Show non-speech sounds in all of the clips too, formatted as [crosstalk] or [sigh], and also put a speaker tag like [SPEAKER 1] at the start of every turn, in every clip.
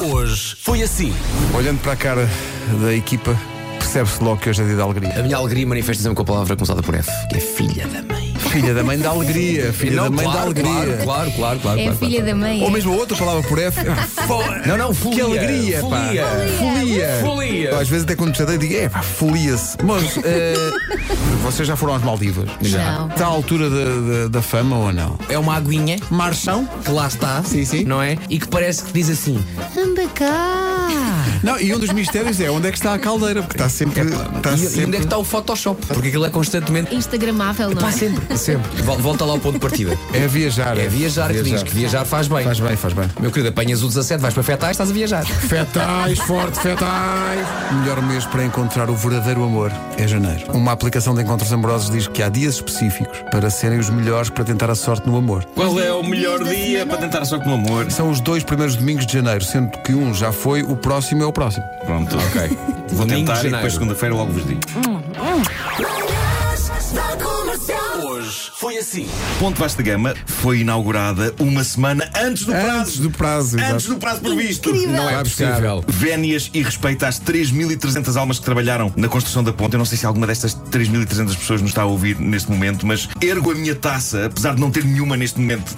[SPEAKER 1] hoje foi assim.
[SPEAKER 2] Olhando para a cara da equipa, percebe-se logo que hoje é dia da alegria.
[SPEAKER 1] A minha alegria manifesta-se com a palavra começada por F, que é filha da mãe.
[SPEAKER 2] Filha da mãe da alegria, filha da mãe da alegria.
[SPEAKER 1] Claro, claro, claro. claro,
[SPEAKER 3] É
[SPEAKER 1] claro,
[SPEAKER 3] filha
[SPEAKER 1] claro.
[SPEAKER 3] da mãe.
[SPEAKER 2] Ou
[SPEAKER 3] é?
[SPEAKER 2] mesmo outra palavra por F. [laughs] Fo-
[SPEAKER 1] Não, não, folia.
[SPEAKER 2] Que alegria,
[SPEAKER 1] folia.
[SPEAKER 2] pá. Folia.
[SPEAKER 3] Folia.
[SPEAKER 1] Folia.
[SPEAKER 2] Às vezes até quando chateio digo, é pá, folia-se. [laughs] Mas eh, vocês já foram às Maldivas?
[SPEAKER 3] Já. Não.
[SPEAKER 2] Está à altura da, da- da fama ou não?
[SPEAKER 4] É uma aguinha
[SPEAKER 2] Marchão?
[SPEAKER 4] que lá está,
[SPEAKER 2] Sim, sim.
[SPEAKER 4] não é? E que parece que diz assim:
[SPEAKER 3] Anda cá.
[SPEAKER 2] Não, e um dos mistérios é onde é que está a caldeira, porque está sempre. está
[SPEAKER 4] e, e onde
[SPEAKER 2] sempre...
[SPEAKER 4] é que está o Photoshop? Porque aquilo é constantemente.
[SPEAKER 3] Instagramável, não
[SPEAKER 4] Pá,
[SPEAKER 1] [laughs]
[SPEAKER 3] é?
[SPEAKER 4] sempre, sempre. Vol- Volta lá ao ponto de partida.
[SPEAKER 2] É viajar.
[SPEAKER 4] É viajar, que diz que viajar faz bem.
[SPEAKER 2] Faz bem, faz bem.
[SPEAKER 4] Meu querido, apanhas o 17, vais para fetais, estás a viajar.
[SPEAKER 2] Fetais, forte fetais. Melhor mês para encontrar o verdadeiro amor é janeiro. Uma aplicação de encontros amorosos diz que há dias específicos para serem os melhores para tentar a sorte no amor.
[SPEAKER 5] Qual é o melhor dia para tentar só com o amor?
[SPEAKER 2] São os dois primeiros domingos de janeiro, sendo que um já foi, o próximo é o próximo.
[SPEAKER 5] Pronto, ok.
[SPEAKER 4] Domingo
[SPEAKER 5] Vou tentar
[SPEAKER 4] de
[SPEAKER 5] e
[SPEAKER 4] janeiro.
[SPEAKER 5] depois segunda-feira logo vos digo.
[SPEAKER 1] Hoje foi assim.
[SPEAKER 5] Ponto Vasta Gama foi inaugurada uma semana antes do prazo.
[SPEAKER 2] Antes do prazo,
[SPEAKER 5] Antes
[SPEAKER 2] exato.
[SPEAKER 5] do prazo previsto.
[SPEAKER 2] Não é possível.
[SPEAKER 5] Vénias e respeito às 3.300 almas que trabalharam na construção da ponte. Eu não sei se alguma destas 3.300 pessoas nos está a ouvir neste momento, mas ergo a minha taça, apesar de não ter nenhuma neste momento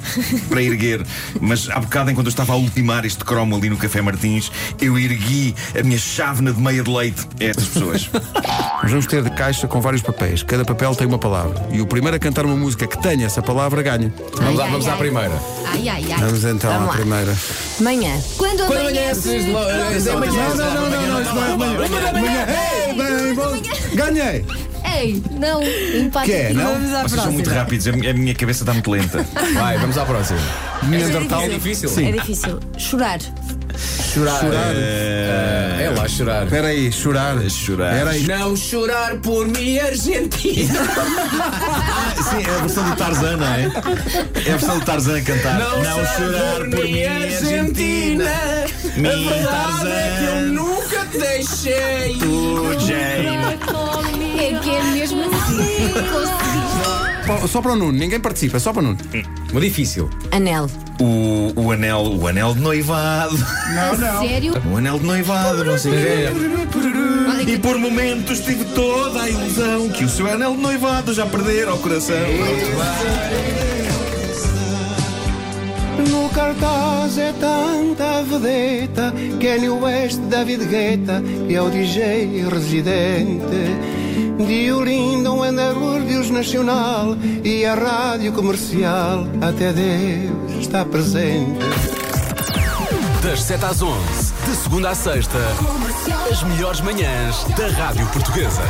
[SPEAKER 5] para erguer. Mas há bocado, enquanto eu estava a ultimar este cromo ali no Café Martins, eu ergui a minha chávena de meia de leite a estas pessoas.
[SPEAKER 2] Nós vamos ter de caixa com vários papéis. Cada papel tem uma palavra. E o primeiro a cantar uma música que tenha essa palavra ganha.
[SPEAKER 3] Ai,
[SPEAKER 4] Vamos, lá,
[SPEAKER 3] ai,
[SPEAKER 4] vamos à
[SPEAKER 3] ai.
[SPEAKER 4] primeira.
[SPEAKER 3] Ai, ai, ai.
[SPEAKER 2] Vamos então à
[SPEAKER 3] Vamos lá.
[SPEAKER 2] primeira.
[SPEAKER 3] Manhã. Quando amanheces.
[SPEAKER 2] não, não, isto não é amanhã. Amanhã. Ei, bem, bom. Ganhei!
[SPEAKER 3] Ei, não. um Empate.
[SPEAKER 2] Que é, não?
[SPEAKER 3] Vamos à
[SPEAKER 5] Vocês são muito
[SPEAKER 3] próxima.
[SPEAKER 5] rápidos, a minha, a minha cabeça está muito [laughs] lenta.
[SPEAKER 4] Vai, vamos à próxima.
[SPEAKER 2] Neandertal.
[SPEAKER 4] É difícil.
[SPEAKER 3] É difícil. Chorar.
[SPEAKER 4] Chorar.
[SPEAKER 2] Chorar.
[SPEAKER 5] Eh,
[SPEAKER 4] É lá chorar.
[SPEAKER 2] Espera aí, chorar.
[SPEAKER 5] Chorar.
[SPEAKER 2] Espera aí.
[SPEAKER 4] Não chorar por mim, Argentina.
[SPEAKER 5] Sim, é a versão do Tarzan, não é? É a versão do Tarzan a cantar. Mim, Tarzan,
[SPEAKER 4] é nunca te deixei.
[SPEAKER 5] tu, Jane.
[SPEAKER 3] É que é mesmo assim. Consegui.
[SPEAKER 2] Só- Só para o Nuno, ninguém participa, é só para o Nuno.
[SPEAKER 4] Muito difícil.
[SPEAKER 3] Anel.
[SPEAKER 5] O, o anel, o anel de noivado.
[SPEAKER 3] Sério?
[SPEAKER 5] O anel de noivado, não sei o quê. E por momentos tive toda a ilusão que o seu anel de noivado já perdera ao coração.
[SPEAKER 6] No cartaz é tanta a vedeta Kanye West, David Guetta E é o DJ residente De Olinda, Andaburgo e os Nacional E a rádio comercial Até Deus está presente
[SPEAKER 1] Das 7 às 11, de segunda à sexta, as melhores manhãs da Rádio Portuguesa.